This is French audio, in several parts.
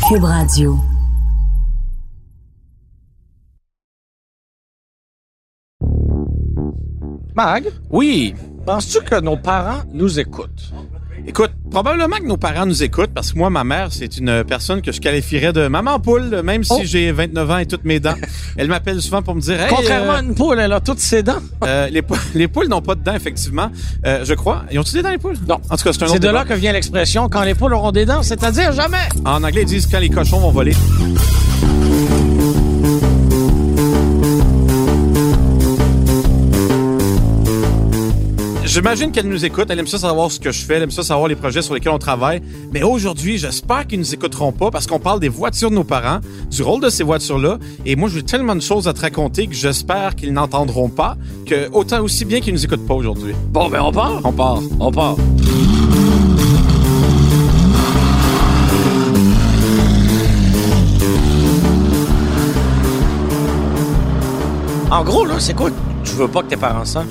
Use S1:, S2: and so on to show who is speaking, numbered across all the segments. S1: Cube Radio.
S2: Mag,
S3: Oui,
S2: penses-tu que nos parents nous écoutent?
S3: écoute, probablement que nos parents nous écoutent parce que moi, ma mère, c'est une personne que je qualifierais de maman poule, même si
S2: Oh.
S3: j'ai 29 ans et toutes mes dents. Elle m'appelle souvent pour me dire Hey,
S2: Contrairement
S3: euh,
S2: à une poule, elle a toutes ses dents.
S3: euh, les, pou- les poules n'ont pas de dents, effectivement. Euh, je crois. Ils ont-ils des dents, les poules?
S2: Non.
S3: En tout cas, c'est un autre
S2: C'est de
S3: débat.
S2: là que vient l'expression quand les poules auront des dents, c'est-à-dire jamais.
S3: En anglais, ils disent quand les cochons vont voler. J'imagine qu'elle nous écoute, elle aime ça savoir ce que je fais, elle aime ça savoir les projets sur lesquels on travaille. Mais aujourd'hui, j'espère qu'ils nous écouteront pas parce qu'on parle des voitures de nos parents, du rôle de ces voitures-là. Et moi, j'ai tellement de choses à te raconter que j'espère qu'ils n'entendront pas, que autant aussi bien qu'ils nous écoutent pas aujourd'hui.
S2: Bon, ben on part.
S3: On part.
S2: On part. En gros, là, c'est quoi? Tu veux pas que tes parents sachent?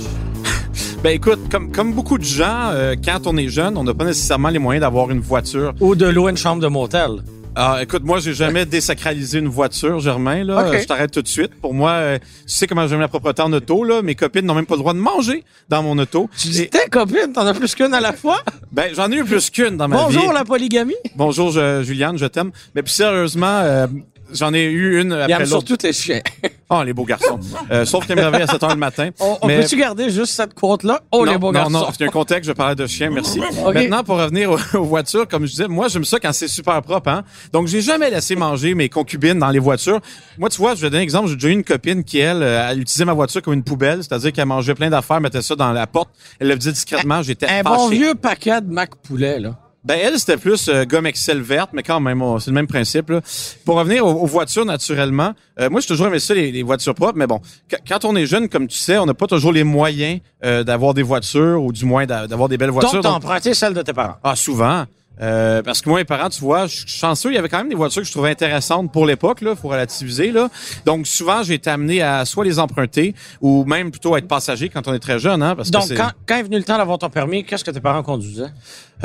S3: Ben écoute, comme, comme beaucoup de gens, euh, quand on est jeune, on n'a pas nécessairement les moyens d'avoir une voiture
S2: Ou de louer une chambre de motel?
S3: Ah, écoute, moi, j'ai jamais désacralisé une voiture, Germain. Là,
S2: Ok.
S3: Euh, je t'arrête tout de suite. Pour moi, euh, tu sais comment j'aime la propreté en auto. Là, mes copines n'ont même pas le droit de manger dans mon auto.
S2: Tu
S3: Et-
S2: dis, t'es copine, t'en as plus qu'une à la fois?
S3: ben, j'en ai eu plus qu'une dans ma vie.
S2: Bonjour, la polygamie.
S3: Bonjour, je- Juliane, je t'aime. Mais puis sérieusement, euh, j'en ai eu une
S2: Il
S3: après
S2: aime
S3: l'autre.
S2: surtout les chiens.
S3: Oh, les beaux garçons. Euh, sauf qu'elle me réveille à 7 h le matin.
S2: On, on
S3: Mais-
S2: peut-tu garder juste cette quote-là? Oh,
S3: non,
S2: les beaux
S3: non,
S2: garçons.
S3: non, c'est un contexte, je parlais de chien, merci.
S2: Ok.
S3: Maintenant, pour revenir aux, aux voitures, comme je disais, moi, j'aime ça quand c'est super propre, hein. Donc, j'ai jamais laissé manger mes concubines dans les voitures. Moi, tu vois, je vais donner un exemple, j'ai déjà eu une copine qui, elle, euh, elle utilisait ma voiture comme une poubelle, c'est-à-dire qu'elle mangeait plein d'affaires, mettait ça dans la porte, elle le faisait discrètement, j'étais
S2: Un
S3: fâché.
S2: bon vieux paquet de Mac Poulet, là.
S3: Ben elle, c'était plus euh, gomme Excel verte, mais quand même, on- c'est le même principe. là. Pour revenir aux, aux voitures, naturellement, euh, moi, j'ai toujours aimé ça, les, les voitures propres, mais bon, qu- quand on est jeune, comme tu sais, on n'a pas toujours les moyens euh, d'avoir des voitures ou du moins d'a- d'avoir des belles voitures.
S2: Donc, t'as
S3: donc-
S2: emprunté celle de tes parents.
S3: ah, souvent. Euh, parce que moi, mes parents, tu vois, je suis chanceux, il y avait quand même des voitures que je trouvais intéressantes pour l'époque, là, faut relativiser, là. Donc, souvent, j'ai été amené à soit les emprunter ou même plutôt à être passager quand on est très jeune, hein, parce que
S2: Donc,
S3: c'est-
S2: quand, quand est venu le temps d'avoir ton permis, qu'est-ce que tes parents conduisaient?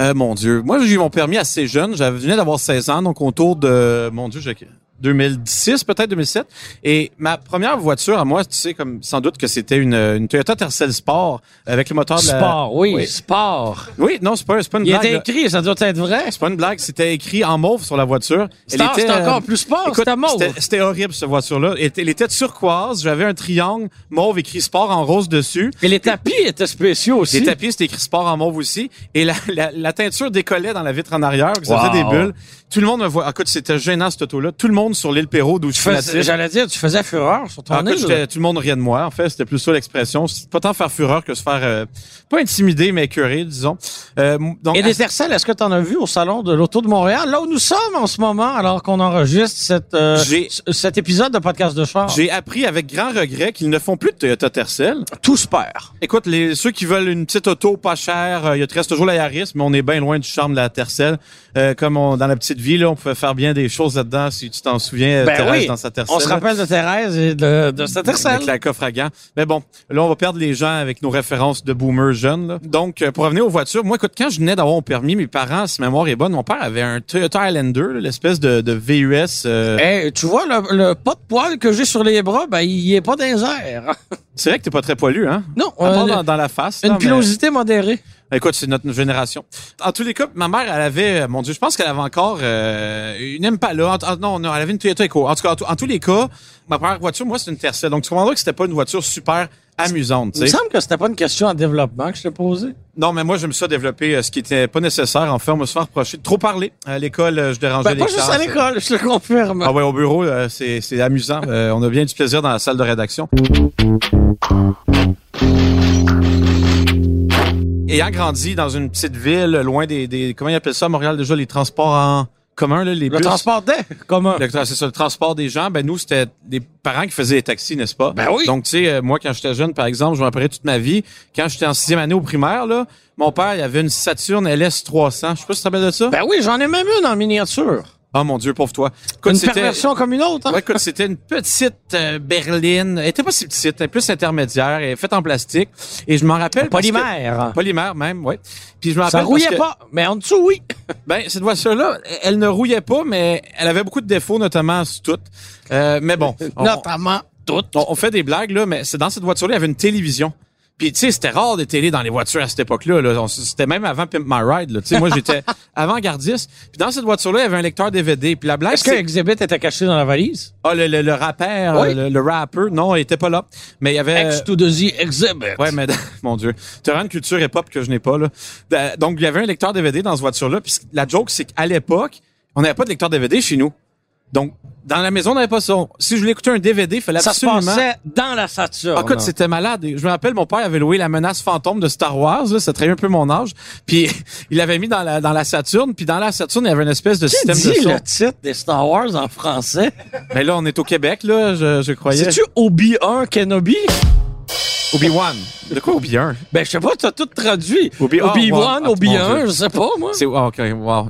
S3: Euh, mon Dieu. Moi, j'ai eu mon permis assez jeune. J'avais venais d'avoir 16 ans, donc autour de, mon Dieu, j'ai- 2016 peut-être 2007 et ma première voiture à moi tu sais comme sans doute que c'était une, une Toyota Tercel Sport avec le moteur de la...
S2: Sport, oui, sport.
S3: oui non c'est pas c'est pas Ah, ben, une
S2: Il
S3: blague
S2: était
S3: là.
S2: écrit, ça doit être vrai.
S3: c'est pas une blague c'était écrit en mauve sur la voiture Elle
S2: Star,
S3: était,
S2: C'est
S3: euh,
S2: encore plus sport,
S3: Écoute,
S2: c'était mauve.
S3: c'était- C'était horrible, cette voiture-là. Elle était- Elle était turquoise. J'avais un triangle mauve écrit sport en rose dessus.
S2: Et les tapis étaient spéciaux aussi.
S3: Les tapis, c'était écrit sport en mauve aussi. Et la, la- la teinture décollait dans la vitre en arrière. Ça
S2: Wow.
S3: faisait des bulles. Tout le monde me voit. Ah, Écoute, c'était gênant, cette auto-là. Tout le monde sur l'île Perrault, d'où je
S2: Tu
S3: suis
S2: faisais-
S3: natif.
S2: J'allais dire, tu faisais fureur sur ton
S3: Ah, écoute,
S2: île.
S3: j'étais- tout le monde riait de moi. En fait, c'était plus ça l'expression. C'est Pas tant faire fureur que se faire, euh, pas intimider, mais écœurer, disons. Euh, donc,
S2: Et des tercelles, est-ce que tu en as vu au salon de l'Auto de Montréal, là où nous sommes en ce moment, alors qu'on enregistre cette, euh,
S3: J'ai-
S2: c- cet épisode de podcast de char?
S3: j'ai appris avec grand regret qu'ils ne font plus de Toyota Tercel.
S2: tout se perd.
S3: Écoute, les, ceux qui veulent une petite auto pas chère, euh, il te reste toujours la Yaris, mais on est bien loin du charme de la Tercel. Euh, comme on, dans la petite vie, là, on pouvait faire bien des choses là-dedans, si tu t'en souviens, euh,
S2: Ben
S3: Thérèse,
S2: oui,
S3: dans sa Tercel.
S2: On se rappelle de Thérèse et de, de cette
S3: Avec
S2: tercelle.
S3: la coffre à gants. Mais bon, là, on va perdre les gens avec nos références de boomers jeunes. là. Donc, euh, pour revenir aux voitures, moi, écoute, quand je venais d'avoir mon permis, mes parents, si ma mémoire est bonne, mon père avait un Toyota Highlander, là, l'espèce de, de VUS. euh,
S2: Hey, tu vois, le, le pas de poil que j'ai sur les bras, ben, il est pas dans les airs.
S3: C'est vrai que t'es pas très poilu, hein?
S2: Non,
S3: À part
S2: euh,
S3: dans, dans la face.
S2: une
S3: là, mais-
S2: pilosité modérée.
S3: Écoute, c'est notre génération. En tous les cas, ma mère, elle avait, euh, mon Dieu, je pense qu'elle avait encore euh, une Impala. En- en- non, non, elle avait une Toyota Echo. En tout cas, en, tout- en tous les cas, ma première voiture, moi, c'est une Tercel. Donc, tu comprendras que c'était pas une voiture super amusante.
S2: Il me
S3: tu sais.
S2: semble que c'était pas une question en développement que je te posais.
S3: Non, mais moi, j'aime ça développer euh, ce qui était pas nécessaire. En fait, on me se fait reprocher de trop parler. À l'école, euh, je dérangeais
S2: Ben,
S3: les
S2: pas juste
S3: classes.
S2: à l'école, je te confirme.
S3: Ah ouais, au bureau, euh, c'est c'est amusant. Euh, on a bien du plaisir dans la salle de rédaction. Ayant grandi dans une petite ville, loin des, des comment ils appellent ça à Montréal déjà, les transports en commun, là, les
S2: le
S3: bus.
S2: transport d'air, commun.
S3: Le tra- C'est ça, le transport des gens. Ben nous, c'était des parents qui faisaient les taxis, n'est-ce pas?
S2: Ben oui.
S3: Donc, tu sais, euh, moi, quand j'étais jeune, par exemple, je m'en rappellerai toute ma vie. Quand j'étais en sixième année au primaire, là, mon père, il avait une Saturn LS 300. Je sais pas si tu te rappelles de ça.
S2: Ben oui, j'en ai même une en miniature.
S3: Oh mon Dieu, pauvre toi. Écoute,
S2: Une
S3: c'était-
S2: perversion comme une autre. hein?
S3: Ouais, écoute, c'était une petite euh, berline. Elle était pas si petite, elle était plus intermédiaire, elle est faite en plastique. Et je m'en rappelle. parce que-
S2: Polymère.
S3: Polymère même, oui. Puis je me rappelle
S2: Ça
S3: parce
S2: rouillait
S3: que-
S2: pas, mais en dessous, oui.
S3: Ben, cette voiture-là, elle ne rouillait pas, mais elle avait beaucoup de défauts, notamment sur toutes. Euh, mais bon, on,
S2: Notamment toutes.
S3: on- on fait des blagues, là, mais c'est dans cette voiture-là, il y avait une télévision. Puis, tu sais, c'était rare des télés dans les voitures à cette époque-là. là. On- C'était même avant Pimp My Ride. Là. Tu sais, Moi, j'étais avant-gardiste. Puis dans cette voiture-là, il y avait un lecteur DVD. Puis la blague,
S2: Est-ce que
S3: c'est...
S2: Exhibit était caché dans la valise?
S3: Ah, le, le, le rappeur,
S2: Oui.
S3: le, le rapper, non, il était pas là. Mais il y avait...
S2: to the Z Exhibit.
S3: Euh, Ouais, mais mon Dieu, tu as une culture hip-hop que je n'ai pas là. Da- Donc il y avait un lecteur DVD dans cette voiture-là. Puis la joke, c'est qu'à l'époque, on n'avait pas de lecteur DVD chez nous. Donc dans la maison, on n'avait pas ça. Si je voulais écouter un DVD, il fallait
S2: ça se
S3: absolument.
S2: passait dans la Saturne.
S3: Ah, écoute, c'était malade. Je me rappelle, mon père avait loué la menace fantôme de Star Wars. Là, ça trahit un peu mon âge. Puis il l'avait mis dans la dans la Saturne. Puis dans la Saturne, il y avait une espèce de
S2: Qui
S3: système
S2: dit
S3: de son.
S2: le titre des Star Wars en français?
S3: Mais là, on est au Québec, là. Je, je croyais.
S2: C'est-tu Obi-Wan Kenobi?
S3: Obi-Wan. De quoi Obi-Wan
S2: Ben, je sais pas, t'as tout traduit.
S3: Obi-Wan,
S2: Obi-Wan,
S3: ah, mon
S2: Obi-1,
S3: Dieu.
S2: je sais pas, moi.
S3: C'est ah, ok, wow.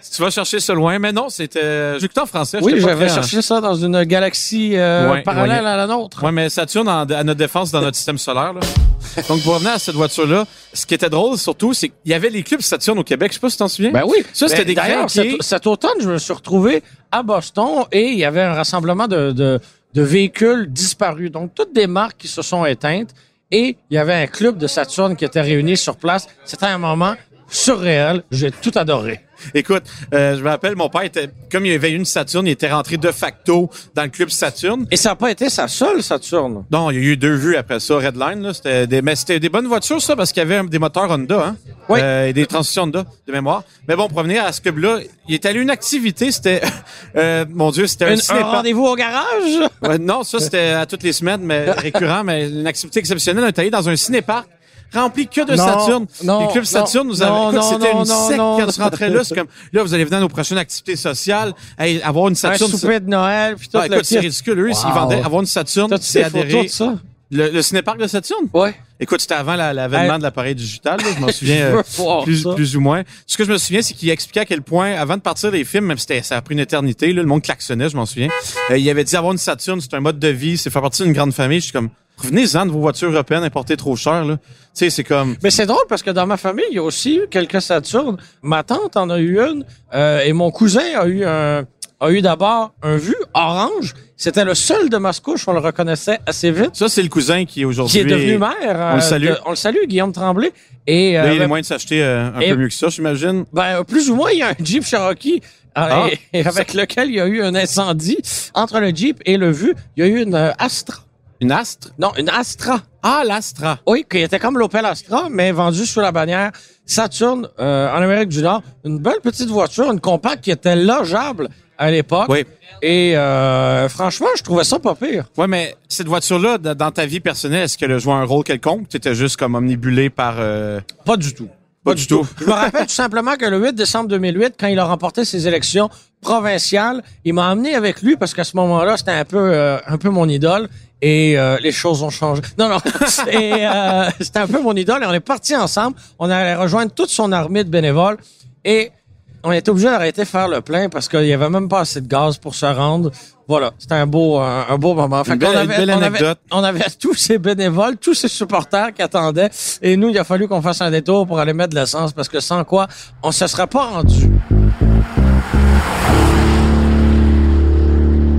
S3: Si tu vas chercher ça loin, mais non, c'était. J'écoutais en français.
S2: Oui,
S3: j'étais pas
S2: j'avais
S3: très-
S2: cherché ça dans une galaxie euh,
S3: Ouais,
S2: parallèle
S3: ouais.
S2: à la nôtre.
S3: Ouais, mais Saturne en- à notre défense dans notre système solaire. Là. Donc pour revenir à cette voiture-là, ce qui était drôle surtout, c'est qu'il y avait les clubs Saturne au Québec. Je sais pas si tu t'en souviens.
S2: Ben oui.
S3: Ça, c'était
S2: Ben,
S3: des
S2: D'ailleurs,
S3: craqués.
S2: cet, cet automne, je me suis retrouvé à Boston et il y avait un rassemblement de, de, de véhicules disparus. Donc, toutes des marques qui se sont éteintes et il y avait un club de Saturne qui était réuni sur place. C'était un moment surréel. J'ai tout adoré.
S3: Écoute, euh, je me rappelle, mon père était comme il y avait une Saturne, il était rentré de facto dans le club Saturne.
S2: Et ça n'a pas été sa seule Saturne.
S3: Non, il y a eu deux vues après ça, Redline. Là, c'était des, mais c'était des bonnes voitures, ça, parce qu'il y avait un- des moteurs Honda, hein,
S2: Oui.
S3: Euh, et des transmissions Honda, de mémoire. Mais bon, pour revenir à ce club-là, il est allé une activité, c'était... euh, mon Dieu, c'était un,
S2: Une- un
S3: cinépark.
S2: rendez-vous au garage?
S3: Ouais, non, ça, c'était à toutes les semaines, mais récurrent, mais une activité exceptionnelle. On est allé dans un cinéparc rempli que de
S2: Non,
S3: Saturne.
S2: non,
S3: les clubs
S2: non,
S3: Saturne nous
S2: non,
S3: avaient... Écoute,
S2: non,
S3: c'était
S2: non,
S3: une
S2: non,
S3: secte
S2: non.
S3: quand tu rentrais là. C'est comme, là, vous allez venir à nos prochaines activités sociales. Hey, avoir une
S2: Un
S3: Saturne... c'est-
S2: souper de Noël, puis tout
S3: Ah,
S2: le
S3: écoute, c'est
S2: kit.
S3: ridicule. Eux, ils
S2: Wow.
S3: vendaient avoir une Saturne,
S2: T'as-tu
S3: c'est
S2: des photos
S3: adhéré...
S2: de ça?
S3: Le, le cinéparc de Saturne?
S2: Ouais.
S3: Écoute, c'était avant la- l'avènement
S2: Hey.
S3: de l'appareil digital, là, je m'en souviens
S2: Je veux
S3: euh,
S2: voir
S3: plus,
S2: ça.
S3: plus ou moins. Ce que je me souviens, c'est qu'il expliquait à quel point, avant de partir des films, même si c'était- ça a pris une éternité, là, le monde klaxonnait, je m'en souviens, euh, il avait dit avoir une Saturne, c'est un mode de vie, c'est faire partie d'une grande famille. Je suis comme, revenez-en de vos voitures européennes importées trop chères. là. Tu sais, c'est comme...
S2: Mais c'est drôle parce que dans ma famille, il y a aussi eu quelques Saturnes. Ma tante en a eu une euh, et mon cousin a eu un a eu d'abord un vu orange. C'était le seul de ma couche, on le reconnaissait assez vite,
S3: Ça, c'est le cousin qui est
S2: qui
S3: aujourd'hui...
S2: est devenu maire. euh,
S3: on le salue.
S2: de- on le salue, Guillaume Tremblay. Et euh,
S3: Là, il est moyen de s'acheter euh, un
S2: Et-
S3: peu mieux que ça, j'imagine.
S2: ben, plus ou moins, il y a un Jeep Cherokee euh,
S3: Ah.
S2: et- et avec lequel il y a eu un incendie. Entre le Jeep et le vu, il y a eu une euh, Astra.
S3: Une Astre?
S2: Non, une Astra.
S3: Ah, l'Astra.
S2: Oui, qui était comme l'Opel Astra, mais vendu sous la bannière Saturn euh, en Amérique du Nord. Une belle petite voiture, une compacte qui était logeable à l'époque.
S3: Oui.
S2: Et euh, franchement, je trouvais ça pas pire.
S3: Ouais, mais cette voiture-là, d- dans ta vie personnelle, est-ce qu'elle a joué un rôle quelconque? Tu étais juste comme omnibulé par... euh,
S2: Pas du tout.
S3: Pas du tout.
S2: Je me rappelle tout simplement que le 8 décembre 2008, quand il a remporté ses élections provinciales, il m'a amené avec lui parce qu'à ce moment-là, c'était un peu euh, un peu mon idole et euh, les choses ont changé. Non non, et euh, c'était un peu mon idole et on est partis ensemble, on allait rejoindre toute son armée de bénévoles et on était obligé d'arrêter de faire le plein parce qu'il y avait même pas assez de gaz pour se rendre. Voilà, c'était un beau un, un beau moment. Fait
S3: Une
S2: qu'on
S3: belle- une belle
S2: on
S3: anecdote.
S2: on avait tous ces bénévoles, tous ces supporters qui attendaient. Et nous, il a fallu qu'on fasse un détour pour aller mettre de l'essence parce que sans quoi, on se serait pas rendu.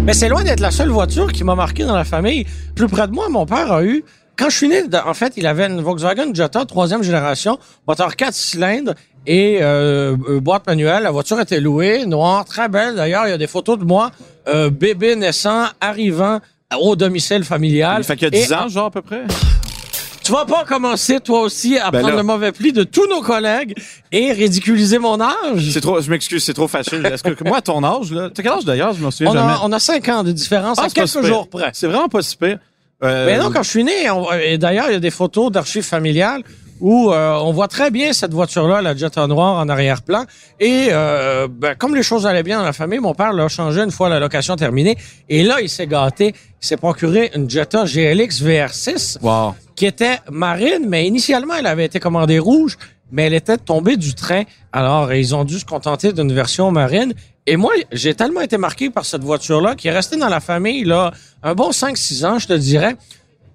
S2: Mais c'est loin d'être la seule voiture qui m'a marqué dans la famille. Plus près de moi, mon père a eu. Quand je suis né, en fait, il avait une Volkswagen Jetta troisième génération, moteur 4 cylindres et euh, euh, boîte manuelle. La voiture était louée, noire, très belle. D'ailleurs, il y a des photos de moi, euh, bébé naissant, arrivant au domicile familial.
S3: Fait qu'il y a
S2: Ah, Et
S3: 10 ans, genre, à peu près?
S2: tu vas pas commencer, toi aussi, à
S3: Ben
S2: prendre
S3: là.
S2: le mauvais pli de tous nos collègues et ridiculiser mon âge.
S3: C'est trop, je m'excuse, c'est trop facile. Est-ce que moi, à ton âge, là, t'as quel âge d'ailleurs? Je m'en souviens
S2: On
S3: jamais.
S2: a, on a cinq ans de différence
S3: Ah,
S2: à
S3: c'est pas
S2: quelques
S3: si pire.
S2: jours près.
S3: C'est vraiment pas si pire. Euh,
S2: Mais non, quand je suis né, on- euh, et d'ailleurs, il y a des photos d'archives familiales où euh, on voit très bien cette voiture-là, la Jetta noire en arrière-plan. Et euh, ben, comme les choses allaient bien dans la famille, mon père l'a changé une fois la location terminée. Et là, il s'est gâté. Il s'est procuré une Jetta GLX VR6
S3: Wow.
S2: qui était marine, mais initialement, elle avait été commandée rouge, mais elle était tombée du train. Alors, ils ont dû se contenter d'une version marine. Et moi, j'ai tellement été marqué par cette voiture-là qui est restée dans la famille là, un bon 5-6 ans, je te dirais,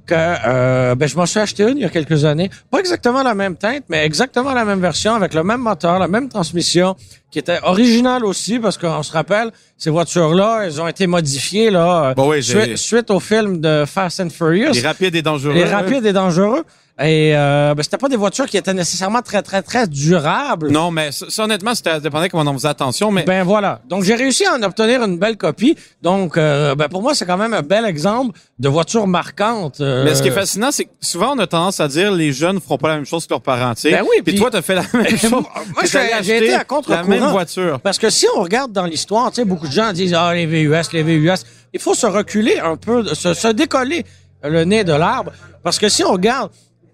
S2: que euh, ben, je m'en suis acheté une il y a quelques années. Pas exactement la même teinte, mais exactement la même version, avec le même moteur, la même transmission, qui était originale aussi, parce qu'on se rappelle, ces voitures-là, elles ont été modifiées là,
S3: Bah oui, j'ai-
S2: suite, suite au film de Fast and Furious.
S3: Les rapides et dangereux.
S2: Les
S3: ouais.
S2: rapides et dangereux. Et euh, ben, c'était pas des voitures qui étaient nécessairement très, très, très durables.
S3: Non, mais ça, ça, honnêtement, c'était ça dépendait comment on faisait attention, mais
S2: Ben voilà. Donc j'ai réussi à en obtenir une belle copie. Donc euh, ben, pour moi c'est quand même un bel exemple de voiture marquante. euh,
S3: Mais ce qui est fascinant, c'est que souvent, on a tendance à dire les jeunes feront pas la même chose que leurs parents. tu sais.
S2: Ben oui,
S3: puis
S2: puis-
S3: toi, t'as fait la même chose.
S2: Moi,
S3: T'es
S2: j'ai-
S3: allé
S2: j'ai
S3: acheter
S2: été à contre-courant.
S3: La même voiture.
S2: Parce que si on regarde dans l'histoire, tu sais, beaucoup de gens disent ah les VUS, les VUS. Il faut se reculer un peu, se, se décoller le nez de l'arbre. Parce que si on regarde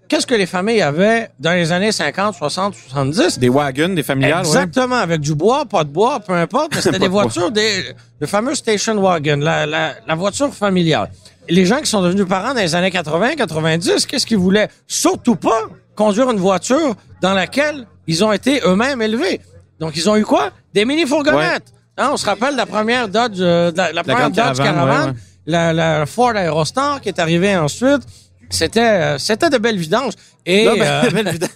S2: qu'est-ce que les familles avaient dans les années 50, 60, 70,
S3: Des wagons, des familiales. ouais.
S2: Exactement, avec du bois, pas de bois, peu importe. mais C'était
S3: Pas
S2: des
S3: de bois.
S2: voitures, des, le fameux station wagon, la, la- la voiture familiale. Et les gens qui sont devenus parents dans les années 80, 90, qu'est-ce qu'ils voulaient? Surtout pas conduire une voiture dans laquelle ils ont été eux-mêmes élevés. Donc, ils ont eu quoi? Des mini-fourgonnettes. Hein, on se rappelle la première Dodge, euh, de la, la première
S3: grande
S2: Dodge
S3: caravane,
S2: Caravan,
S3: ouais, ouais.
S2: La, la Ford Aerostar qui est arrivée ensuite. C'était, euh, c'était de belles vidanges. Et,
S3: Là, ben,
S2: euh,
S3: ben, évidemment.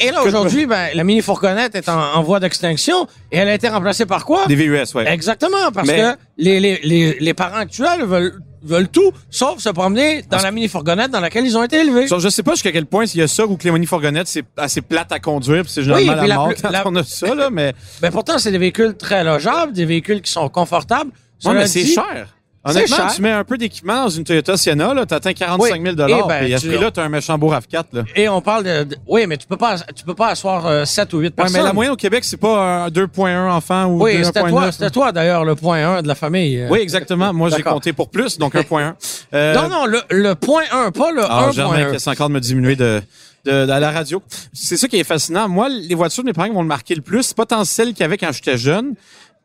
S2: et là, aujourd'hui, ben, la mini fourconnette est en, en voie d'extinction et elle a été remplacée par quoi?
S3: des VUS, ouais.
S2: Exactement, parce
S3: Mais-
S2: que les, les, les, les parents actuels veulent, veulent tout, sauf se promener dans la mini fourgonnette dans laquelle ils ont été élevés.
S3: Genre, je sais pas jusqu'à quel point s'il y a ça ou que les mini-fourgonnettes, c'est assez plate à conduire, puis c'est généralement
S2: Oui, puis
S3: la
S2: la
S3: mort
S2: plus-
S3: quand
S2: la-
S3: on a ça, là, mais,
S2: Ben, pourtant, c'est des véhicules très logeables, des véhicules qui sont confortables.
S3: Ouais,
S2: Cela
S3: mais c'est
S2: dit-
S3: cher.
S2: C'est
S3: Honnêtement,
S2: cher.
S3: tu mets un peu d'équipement dans une Toyota Sienna, là, t'atteins 45 000
S2: Oui. Eh ben,
S3: puis à ce
S2: tu-
S3: prix-là, t'as un méchant beau RAV4, là.
S2: Et on parle de, de- oui, mais tu peux pas, tu peux pas asseoir 7 ou 8
S3: Ouais,
S2: personnes.
S3: mais la moyenne au Québec, c'est pas un 2.1 enfant ou
S2: oui,
S3: 2.9.
S2: c'était toi, c'était toi d'ailleurs le point 1 de la famille.
S3: Oui, exactement. Moi, j'ai
S2: D'accord.
S3: compté pour plus, donc 1.1. Euh,
S2: Non, non, le, le point 1, pas le
S3: Ah, Germain qui
S2: 1.1.
S3: essaie encore de me diminuer de, de, de- à la radio. C'est ça qui est fascinant. Moi, les voitures de mes parents qui vont le marquer le plus, c'est pas tant celles qu'il y avait quand j'étais jeune,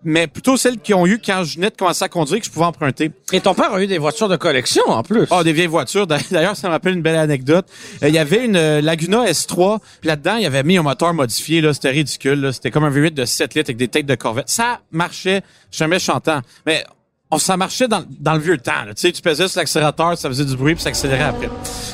S3: mais plutôt celles qu'ils ont eues quand je venais de commencer à conduire que je pouvais emprunter.
S2: Et ton père a eu des voitures de collection, en plus.
S3: Ah, des vieilles voitures. D'ailleurs, ça me rappelle une belle anecdote. Euh, Il y avait une euh, Laguna S3, puis là-dedans, il avait mis un moteur modifié. Là, c'était ridicule. là. C'était comme un V8 de 7 litres avec des têtes de Corvette. Ça marchait, je suis chantant. Mais on ça marchait dans, dans le vieux temps. là. Tu sais, tu pesais sur l'accélérateur, ça faisait du bruit, puis ça accélérait après. Puis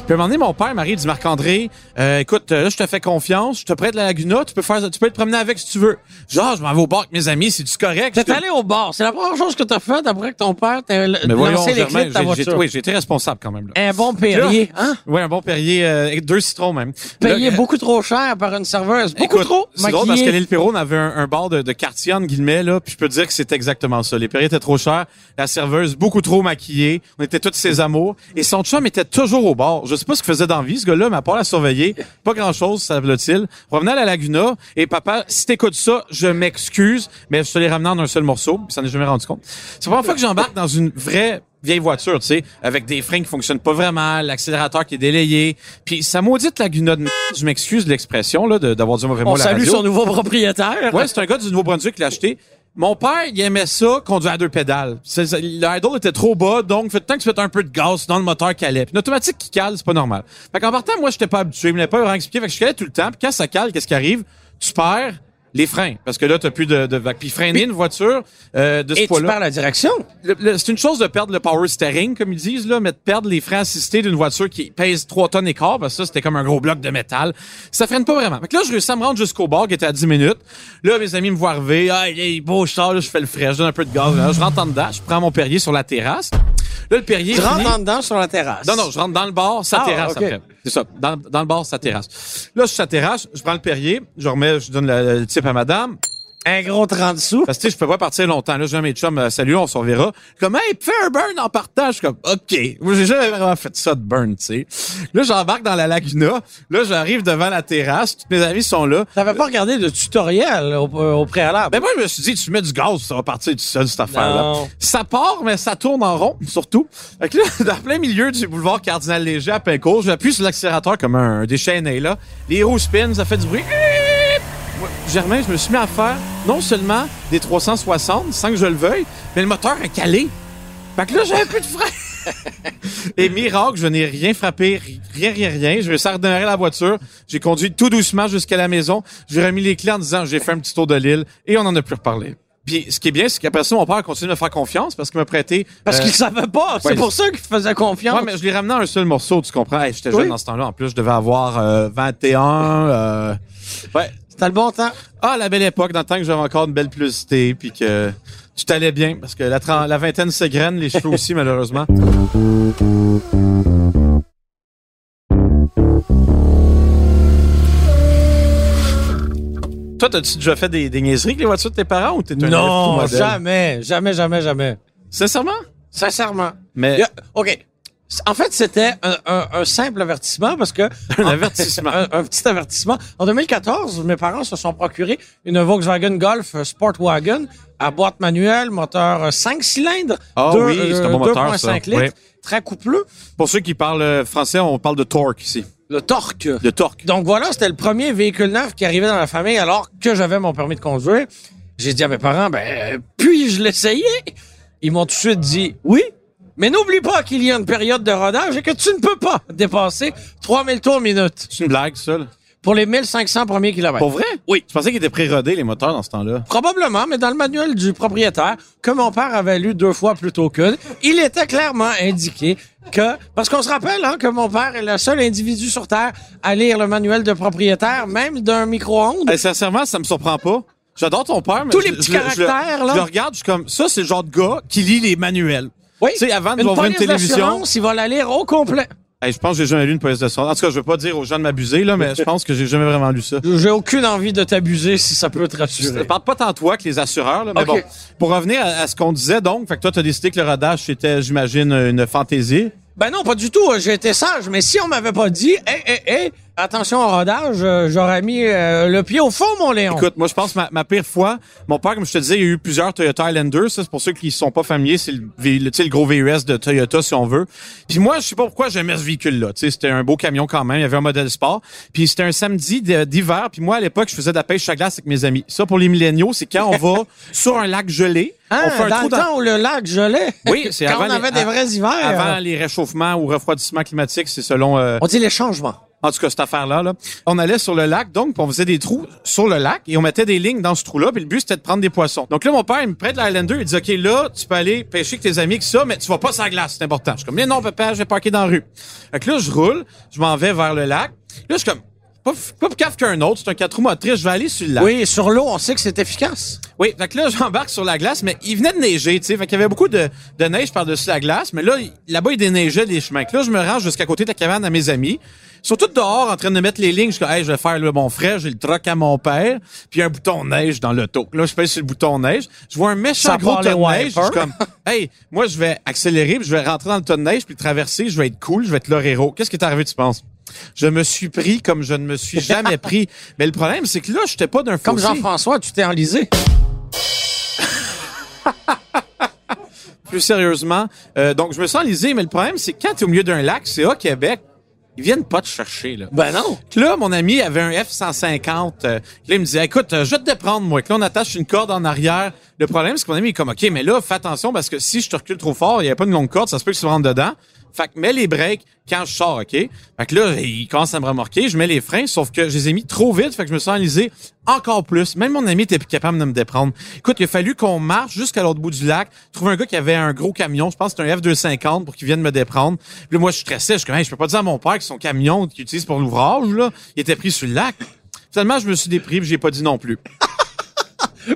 S3: à un moment donné, mon père m'arrive dit Marc-André, euh, écoute, euh, là, je te fais confiance, je te prête la Laguna, tu peux faire, tu peux te promener avec si tu veux. Genre, je m'en vais au bar avec mes amis, c'est du correct. Je
S2: T'es
S3: te-
S2: allé au bar. C'est la première chose que t'as faite après que ton père t'a l-
S3: Mais voyons,
S2: lancé les
S3: Germain,
S2: clés de ta
S3: j'ai- j'ai-
S2: voiture.
S3: oui, j'ai été responsable quand même. là.
S2: Un bon Perrier, hein?
S3: Oui, un bon Perrier, euh, deux citrons même.
S2: Payé
S3: Là,
S2: beaucoup trop cher par une serveuse.
S3: euh,
S2: Beaucoup
S3: écoute,
S2: trop
S3: C'est drôle parce que
S2: maquillée.
S3: l'île Perron avait un, un bar de, de quartier, entre guillemets, là, puis je peux te dire que c'est exactement ça. Les Perrier étaient trop chers, la serveuse beaucoup trop maquillée, on était tous ses amours, et son chum était toujours au bar. Je sais pas ce qu'il faisait dans la vie, ce gars-là, mais à part la surveiller, pas grand-chose, semble-t-il. Revenait à la Laguna, et papa, si t'écoutes ça, je m'excuse, mais je te l'ai ramené en un seul morceau, puis ça n'est jamais rendu compte. C'est la première fois que j'embarque dans une vraie vieille voiture, tu sais, avec des freins qui fonctionnent pas vraiment, l'accélérateur qui est délayé, puis sa maudite Laguna de m- je m'excuse de l'expression, là, de- d'avoir dit un mauvais mot
S2: On
S3: à la
S2: salue
S3: radio.
S2: son nouveau propriétaire.
S3: Ouais, c'est un gars du Nouveau-Brunswick qui l'a acheté. Mon père, il aimait ça, conduire à deux pédales. C'est- c'est- Le idle était trop bas, donc fait tant que tu fais un peu de gaz dans le moteur qui allait. Puis une automatique qui cale, c'est pas normal. Fait qu'en partant, moi, j'étais pas habitué, il me l'avait pas vraiment expliqué. Fait que je calais tout le temps. Puis quand ça cale, qu'est-ce qui arrive? Tu perds les freins. Parce que là, t'as plus de, de... Puis freiner une voiture euh, de ce
S2: Et tu
S3: poids-là...
S2: perds la direction.
S3: Le- le- c'est une chose de perdre le power steering, comme ils disent, là, mais de perdre les freins assistés d'une voiture qui pèse 3 tonnes et quart, parce que ça, c'était comme un gros bloc de métal. Ça freine pas vraiment. Fait que là, je réussis à me rendre jusqu'au bord, qui était à 10 minutes. Là, mes amis me voient arriver. Ah, il est beau, je sors, là, je fais le frais, je donne un peu de gaz. Là, je rentre en dedans, je prends mon Perrier sur la terrasse. Là, le Perrier.
S2: Tu rentres
S3: finit-
S2: en dedans sur la terrasse.
S3: Mmh. non, non, je rentre dans le bar, sa
S2: Ah,
S3: terrasse
S2: ok.
S3: après. C'est ça, dans, dans le bar, sa terrasse. Là, je suis sa terrasse, je prends le Perrier, je remets, je donne la- le type à madame.
S2: Un gros 30 sous.
S3: Parce que tu sais, je peux pas partir longtemps. Là, j'ai un de mes chums, euh, salut, on se reverra. Comme, hey, fais un burn en partant. Je suis comme, OK. Moi, j'ai jamais vraiment fait ça de burn, tu sais. Là, j'embarque dans la laguna. Là, j'arrive devant la terrasse. Toutes mes amis sont là.
S2: T'avais pas regardé de tutoriel au, euh, au préalable.
S3: Ben, moi, je me suis dit, tu mets du gaz, ça va partir tout seul, cette affaire-là.
S2: Non.
S3: Ça part, mais ça tourne en rond, surtout. Fait que là, dans plein milieu du boulevard Cardinal Léger à Pincourt, j'appuie sur l'accélérateur comme un déchaîné, là. Les roues spin, ça fait du bruit. Moi, Germain, je me suis mis à faire non seulement des 360 sans que je le veuille, mais le moteur a calé. Fait que là, j'avais plus de frein. Et miracle, je n'ai rien frappé, ri- rien, rien, rien. Je réussi à redémarrer la voiture. J'ai conduit tout doucement jusqu'à la maison. J'ai remis les clés en disant j'ai fait un petit tour de l'île et on en a plus reparlé. Puis ce qui est bien, c'est qu'après ça, mon père continue de me faire confiance parce qu'il m'a prêté.
S2: Parce
S3: euh,
S2: qu'ils savaient pas. C'est
S3: ouais.
S2: pour ça qu'ils faisaient confiance.
S3: Ouais, mais je l'ai ramené à un seul morceau, tu comprends? Hey, J'étais jeune
S2: Oui.
S3: dans ce temps-là. En plus, je devais avoir euh, 21. euh, Ouais.
S2: C'était le bon temps.
S3: Ah, la belle époque, dans le temps que j'avais encore une belle plusité, puis que tu t'allais bien, parce que la, tren- la vingtaine s'égrène, les cheveux aussi, malheureusement. Toi, t'as-tu déjà fait des, des niaiseries avec les voitures de tes parents ou t'es un élève fou
S2: Non,
S3: modèle?
S2: jamais, jamais, jamais, jamais.
S3: Sincèrement?
S2: Sincèrement.
S3: Mais
S2: Il y a- OK. C- En fait, c'était un, un- un simple avertissement parce que.
S3: un avertissement.
S2: Un, un petit avertissement. En 2014, mes parents se sont procurés une Volkswagen Golf Sportwagon à boîte manuelle, moteur euh, 5 cylindres.
S3: Ah
S2: deux-
S3: oui, c'est un bon moteur, ça.
S2: 2,5 litres,
S3: Oui.
S2: très coupleux.
S3: Pour ceux qui parlent euh, français, on parle de torque ici.
S2: Le torque.
S3: De torque.
S2: Donc voilà, c'était le premier véhicule neuf qui arrivait dans la famille alors que j'avais mon permis de conduire. J'ai dit à mes parents, ben, euh, puis-je l'essayer? Ils m'ont tout de suite dit oui. Mais n'oublie pas qu'il y a une période de rodage et que tu ne peux pas dépasser 3000 tours minute
S3: C'est une blague, ça? là?
S2: pour les 1500 premiers kilomètres.
S3: Pour vrai? Oui. Je pensais qu'ils étaient pré-rodés, les moteurs, dans ce temps-là.
S2: Probablement, mais dans le manuel du propriétaire, que mon père avait lu deux fois plus tôt qu'une, il était clairement indiqué que... Parce qu'on se rappelle hein, que mon père est le seul individu sur Terre à lire le manuel de propriétaire, même d'un micro-ondes.
S3: Hey, sincèrement, ça me surprend pas. J'adore ton père, mais
S2: Tous
S3: je-
S2: les petits
S3: je le- je,
S2: caractères,
S3: le-
S2: là.
S3: Je le regarde, je suis comme ça, c'est le genre de gars qui lit les manuels.
S2: Oui.
S3: Tu sais, avant de
S2: une
S3: voir une
S2: police
S3: télévision,
S2: d'assurance, il va la lire au complet.
S3: Hey, je pense que j'ai jamais lu une police de son. En tout cas, je veux pas dire aux gens de m'abuser là, mais je pense que j'ai jamais vraiment lu ça.
S2: J'ai aucune envie de t'abuser si ça peut te
S3: Je
S2: rassurer.
S3: parle pas tant de toi que les assureurs, là, mais
S2: Ok.
S3: bon. Pour revenir à, à ce qu'on disait donc, fait que toi, t'as décidé que le rodage c'était, j'imagine, une fantaisie.
S2: Ben non, pas du tout. J'ai été sage, mais si on m'avait pas dit, hé, hé, hé, attention au rodage, euh, j'aurais mis euh, le pied au fond, mon Léon.
S3: Écoute, moi, je pense que ma, ma pire fois, mon père, comme je te disais, il y a eu plusieurs Toyota Highlander. Ça, c'est pour ceux qui sont pas familiers, c'est le, V- le, tu sais, le gros VUS de Toyota, si on veut. Puis moi, je sais pas pourquoi j'aimais ce véhicule-là. Tu sais, c'était un beau camion quand même. Il y avait un modèle sport. Puis c'était un samedi d- d'hiver. Puis moi, à l'époque, je faisais de la pêche à glace avec mes amis. Ça, pour les milléniaux, c'est quand on va sur un lac gelé.
S2: Hein,
S3: on fait un
S2: dans le
S3: trou
S2: temps où le lac gelait.
S3: Oui, c'est
S2: Quand
S3: avant
S2: on avait
S3: les-
S2: des vrais hivers.
S3: Avant les réchauffements ou refroidissements climatiques, c'est selon... euh,
S2: On dit les changements.
S3: En tout cas, cette affaire-là, là. on allait sur le lac, donc, puis on faisait des trous sur le lac et on mettait des lignes dans ce trou-là, puis le but, c'était de prendre des poissons. Donc là, mon père, il me prête l'Highlander, il dit, OK, là, tu peux aller pêcher avec tes amis, avec ça, mais tu vas pas sur la glace, c'est important. Je suis comme, Mais non, papa, je vais parquer dans la rue. Fait que là, je roule, je m'en vais vers le lac. Là, je suis comme, pas, f- pas plus caf qu'un autre, c'est un quatre roues motrices, je vais aller sur le lac.
S2: Oui, sur l'eau, on sait que c'est efficace.
S3: Oui, fait que là, j'embarque sur la glace, mais il venait de neiger, tu sais. Fait qu'il y avait beaucoup de, de neige par-dessus la glace, mais là, il- là-bas, il déneigeait les chemins. Fait que là, je me range jusqu'à côté de la caverne à mes amis. Ils sont tous dehors en train de mettre les lignes. Je suis comme, hey, je vais faire le bon frère, j'ai le troc à mon père. Puis il y a un bouton neige dans l'auto. Là, je pèse sur le bouton neige. Je vois un méchant
S2: Ça
S3: gros
S2: part
S3: tas de
S2: les
S3: neige. Je suis
S2: wipers.
S3: comme, hey, moi, je vais accélérer, puis je vais rentrer dans le tas de neige, puis le traverser, je vais être cool, je vais être leur héros. Qu'est-ce qui est arrivé, tu penses? Je me suis pris comme je ne me suis jamais pris. Mais le problème, c'est que là, j'étais pas d'un
S2: Comme
S3: fossé.
S2: Jean-François, tu t'es enlisé.
S3: plus sérieusement. Euh, donc, je me sens lisé, mais le problème, c'est que quand tu es au milieu d'un lac, c'est à Québec, ils viennent pas te chercher. Là.
S2: Ben non.
S3: Donc Là, mon ami avait un F-150. Euh, là, il me disait, écoute, euh, je vais te déprendre, moi. Que là, on attache une corde en arrière. Le problème, c'est que mon ami est comme, OK, mais là, fais attention parce que si je te recule trop fort, il n'y a pas une longue corde, ça se peut que tu rentres dedans. Fait que mets les breaks quand je sors, OK? Fait que là, il commence à me remorquer, je mets les freins, sauf que je les ai mis trop vite, fait que je me suis enlisé encore plus. Même mon ami était plus capable de me déprendre. Écoute, il a fallu qu'on marche jusqu'à l'autre bout du lac, trouver un gars qui avait un gros camion, je pense que c'était un F-250 pour qu'il vienne me déprendre. Puis là, moi, je stressais, je suis comme, Hey, je peux pas dire à mon père que son camion qu'il utilise pour l'ouvrage, là, il était pris sur le lac. Finalement, je me suis dépris, puis j'ai pas dit non plus.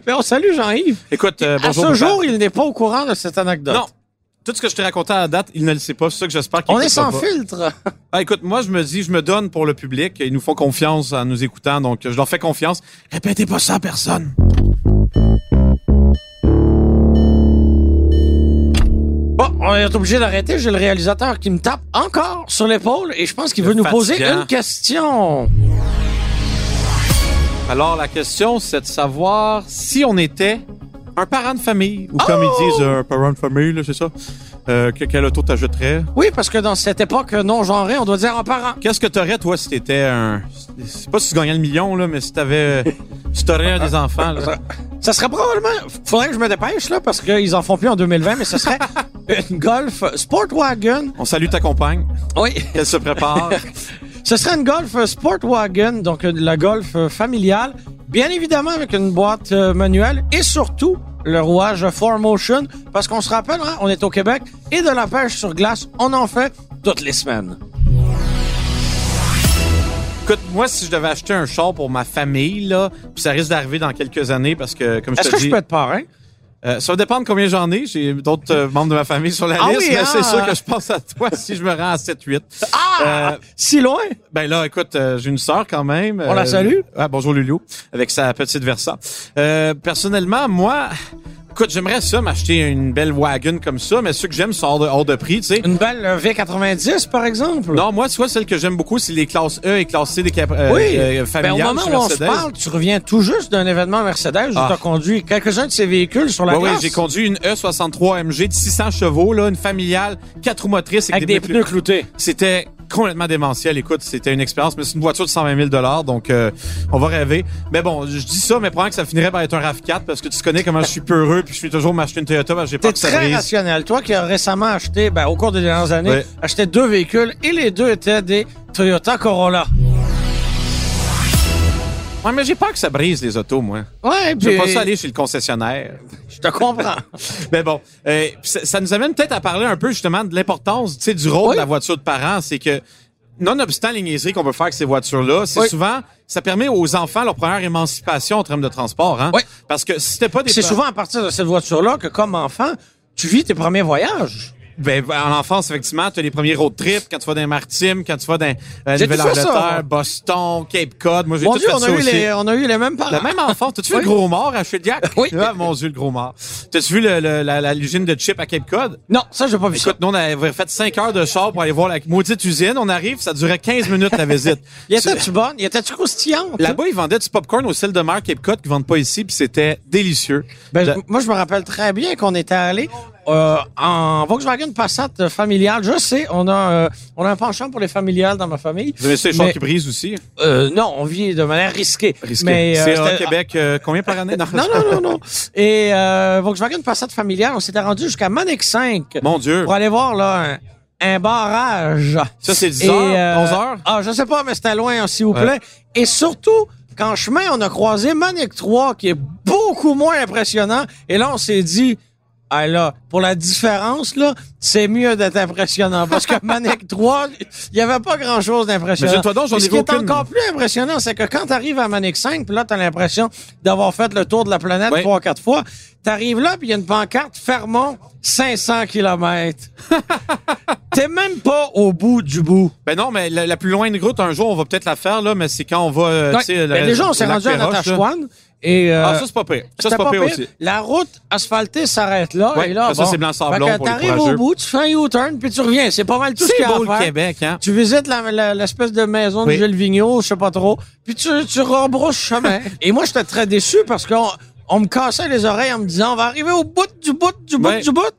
S2: Mais on salue Jean-Yves.
S3: Écoute,
S2: À
S3: euh, bonjour.
S2: ce
S3: mon père.
S2: jour, il n'est pas au courant de cette anecdote.
S3: non. Tout ce que je t'ai raconté à la date, il ne le sait pas. C'est ça que j'espère qu'il
S2: On est
S3: écoutera
S2: sans
S3: pas.
S2: filtre.
S3: Ah, écoute, moi, je me dis, je me donne pour le public. Ils nous font confiance en nous écoutant, donc je leur fais confiance. Répétez pas ça à personne.
S2: Bon, on est obligé d'arrêter. J'ai le réalisateur qui me tape encore sur l'épaule et je pense qu'il veut nous poser
S3: fatigant.
S2: une question.
S3: Alors, la question, c'est de savoir si on était un parent de famille, ou comme
S2: Oh!
S3: ils disent, euh, un parent de famille, là, c'est ça. Euh, que, quel auto t'ajouterais?
S2: Oui, parce que dans cette époque non genrée, on doit dire en parent.
S3: Qu'est-ce que t'aurais, toi, si t'étais un... Je sais pas si tu gagnais le million, là, mais si t'avais... si t'aurais un des enfants, là.
S2: Ça serait probablement. Faudrait que je me dépêche, là, parce qu'ils en font plus en 2020, mais ce serait une Golf Sportwagon.
S3: On salue ta compagne,
S2: Oui.
S3: qu'elle se prépare.
S2: Ce serait une Golf Sportwagon, donc euh, la Golf euh, familiale, bien évidemment avec une boîte euh, manuelle et surtout le rouage Formotion, parce qu'on se rappelle, hein, on est au Québec, et de la pêche sur glace, on en fait toutes les semaines.
S3: Écoute, moi, si je devais acheter un char pour ma famille, là, puis ça risque d'arriver dans quelques années parce que, comme je
S2: Est-ce
S3: te
S2: que
S3: dis,
S2: je peux être parrain?
S3: euh, ça va dépendre combien j'en ai. J'ai d'autres euh, membres de ma famille sur la
S2: Ah
S3: liste,
S2: oui,
S3: mais
S2: hein?
S3: c'est sûr que je pense à toi si je me rends à 7-8.
S2: Ah!
S3: Euh,
S2: si loin?
S3: Ben là, écoute, euh, j'ai une sœur quand même.
S2: On la salue?
S3: Ah, bonjour Lulu, avec sa petite Versa. Euh, personnellement, moi, écoute, j'aimerais ça m'acheter une belle wagon comme ça, mais ceux que j'aime sont hors de, hors de prix, tu sais.
S2: Une belle euh, V90, par exemple?
S3: Non, moi, tu vois, celle que j'aime beaucoup, c'est les classes E et classes C des cap- euh,
S2: Oui.
S3: euh,
S2: Ben,
S3: familiales
S2: au moment
S3: chez
S2: où on se
S3: Mercedes.
S2: parle, tu reviens tout juste d'un événement Mercedes où
S3: Ah.
S2: tu as conduit quelques-uns de ces véhicules sur la
S3: Ouais, ouais,
S2: glace.
S3: j'ai conduit une E E63 MG de 600 chevaux, là, une familiale, quatre roues motrices avec,
S2: avec des
S3: pneus
S2: pneus cloutés.
S3: C'était complètement démentiel. Écoute, c'était une expérience, mais c'est une voiture de 120 000 donc euh, on va rêver. Mais bon, je dis ça, mais probablement que ça finirait par être un RAV4 parce que tu connais comment je suis peureux, puis je suis toujours m'acheter une Toyota parce que j'ai
S2: T'es
S3: peur que ça
S2: très
S3: brise.
S2: rationnel. Toi qui as récemment acheté, ben, au cours des dernières années,
S3: Ouais.
S2: acheté deux véhicules et les deux étaient des Toyota Corolla.
S3: Ouais, mais j'ai peur que ça brise les autos, moi.
S2: Ouais,
S3: Je veux
S2: puis
S3: pas ça aller chez le concessionnaire.
S2: je te comprends.
S3: Mais bon, euh, pis ça, ça nous amène peut-être à parler un peu justement de l'importance tu sais, du rôle
S2: Oui.
S3: de la voiture de parents. C'est que, nonobstant les niaiseries qu'on peut faire avec ces voitures-là, c'est
S2: Oui.
S3: souvent, ça permet aux enfants leur première émancipation en termes de transport. Hein?
S2: Oui.
S3: Parce que si c'était pas des...
S2: C'est souvent à partir de cette voiture-là que, comme enfant, tu vis tes premiers voyages.
S3: Ben, en enfance, effectivement, tu as les premiers road trips quand tu vas dans les Maritimes, quand tu vas dans la
S2: J'ai tout fait ça, moi.
S3: Nouvelle-Angleterre, Boston, Cape Cod. Moi, j'ai
S2: Mon
S3: tout
S2: Dieu,
S3: fait
S2: on a,
S3: ça
S2: eu
S3: aussi.
S2: les, on a eu les mêmes
S3: Le
S2: parents.
S3: même enfant. T'as-tu vu
S2: Oui.
S3: le gros mort à Chaudiac?
S2: Oui.
S3: Ah, mon Dieu, le gros mort. T'as-tu vu le- le- la, la- l'usine de chips à Cape Cod?
S2: Non, ça, j'ai pas vu ça.
S3: Écoute, nous, on avait fait 5 heures de char pour aller voir la maudite usine. On arrive, ça durait 15 minutes la visite.
S2: Y était-tu bonne? Y était-tu croustillante?
S3: Là-bas, ils vendaient du popcorn au sel de mer Cape Cod qu'ils vendent pas ici, puis c'était délicieux.
S2: Ben,
S3: Je-
S2: m- Moi, je me rappelle très bien qu'on était allé euh, en Volkswagen Passat euh, familiale. Je sais, on a, euh, on a un penchant pour les familiales dans ma famille.
S3: Vous aimez ça, les chars
S2: Mais-
S3: qui brisent aussi? hein.
S2: Euh, non, on vit de manière risquée.
S3: Risqué.
S2: Mais, euh,
S3: C'est à
S2: c'était- Ah,
S3: Québec, euh, combien par année?
S2: Non, non, non, non. Et euh, Volkswagen Passat familiale, on s'était rendu jusqu'à Manic 5
S3: Mon Dieu.
S2: pour aller voir là, un, un barrage.
S3: Ça, c'est 10
S2: Et,
S3: heures,
S2: euh,
S3: 11 heures?
S2: Ah, je sais pas, mais c'était loin, hein, s'il vous
S3: Ouais.
S2: plaît. Et surtout, qu'en chemin, on a croisé Manic 3, qui est beaucoup moins impressionnant. Et là, on s'est dit, ah là, pour la différence, là, c'est mieux d'être impressionnant. Parce que Manic 3, il y avait pas grand-chose d'impressionnant.
S3: Mais dis-toi donc, j'en
S2: Puis Ce
S3: ai
S2: qui est
S3: aucune.
S2: encore plus impressionnant, c'est que quand t'arrives à Manic 5, puis là, t'as l'impression d'avoir fait le tour de la planète
S3: Ouais.
S2: trois, quatre fois. T'arrives là, puis il y a une pancarte Fermont 500 km. T'es même pas au bout du bout.
S3: Ben non, mais la, la plus loin de route, un jour, on va peut-être la faire, là, mais c'est quand on va. euh, tu sais,
S2: Ouais.
S3: le-
S2: Ben, déjà, on
S3: le
S2: s'est
S3: lac
S2: rendu à
S3: Péroche, là.
S2: Natashquan. Et, euh,
S3: Ah, ça, c'est pas pire.
S2: c'était
S3: Ça, c'est pas pire
S2: pire.
S3: aussi.
S2: La route asphaltée s'arrête là.
S3: Ouais,
S2: et là,
S3: ça,
S2: bon,
S3: c'est blanc sablon
S2: fait que
S3: pour les
S2: T'arrives au
S3: courageux.
S2: bout, tu fais un U-turn, puis tu reviens. C'est pas mal tout ce qu'il
S3: C'est
S2: y a
S3: beau
S2: à faire.
S3: le Québec, hein?
S2: Tu visites la- la- l'espèce de maison de
S3: Oui.
S2: Gilles Vigneault, je sais pas trop, puis tu, tu rebrousses chemin. Et moi, j'étais très déçu parce qu'on on me cassait les oreilles en me disant, on va arriver au bout du bout du bout
S3: Ouais.
S2: du bout.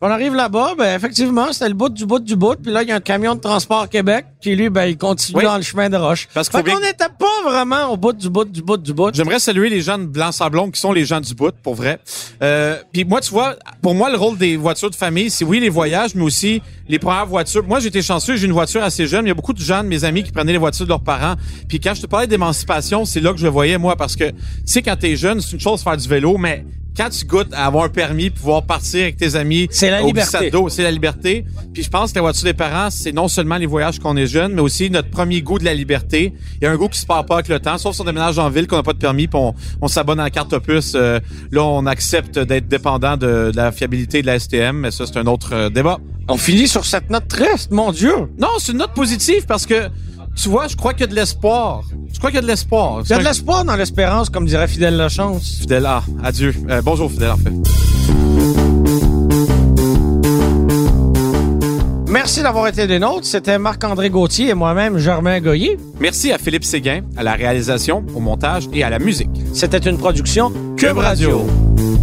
S2: Puis on arrive là-bas, ben effectivement, c'était le bout du bout du bout. Puis là, il y a un camion de transport Québec qui, lui, ben, il continue
S3: Oui.
S2: dans le chemin de roche.
S3: Parce qu'il
S2: fait
S3: faut
S2: qu'on
S3: bien-
S2: n'était pas vraiment au bout du bout du bout du bout.
S3: J'aimerais saluer les gens de Blanc-Sablon qui sont les gens du bout, pour vrai. Euh, Puis moi, tu vois, pour moi, le rôle des voitures de famille, c'est oui les voyages, mais aussi les premières voitures. Moi, j'étais chanceux, j'ai une voiture assez jeune. Il y a beaucoup de gens, de mes amis, qui prenaient les voitures de leurs parents. Puis quand je te parlais d'émancipation, c'est là que je le voyais, moi, parce que, tu sais, quand t'es jeune, c'est une chose de faire du vélo, mais quand tu goûtes à avoir un permis, pouvoir partir avec tes amis,
S2: C'est la
S3: au
S2: liberté.
S3: glissado, c'est la liberté. Puis je pense que la voiture des parents, c'est non seulement les voyages qu'on est jeune, mais aussi notre premier goût de la liberté. Il y a un goût qui se part pas avec le temps, sauf si on déménage en ville, qu'on n'a pas de permis, puis on, on s'abonne à la carte opus. Euh, là, on accepte d'être dépendant de, de la fiabilité de la STM, mais ça, c'est un autre euh, débat.
S2: On finit sur cette note triste, mon Dieu.
S3: Non, c'est une note positive parce que, tu vois, je crois qu'il y a de l'espoir. Je crois qu'il y a de
S2: Il
S3: l'espoir.
S2: y a de
S3: C'est un-
S2: l'espoir dans l'espérance, comme dirait Fidèle Lachance.
S3: Fidèle, ah, adieu. Euh, bonjour, Fidèle, en fait.
S2: Merci d'avoir été des nôtres. C'était Marc-André Gauthier et moi-même, Germain Goyer.
S3: Merci à Philippe Séguin, à la réalisation, au montage et à la musique.
S2: C'était une production Cube Radio.
S3: Radio.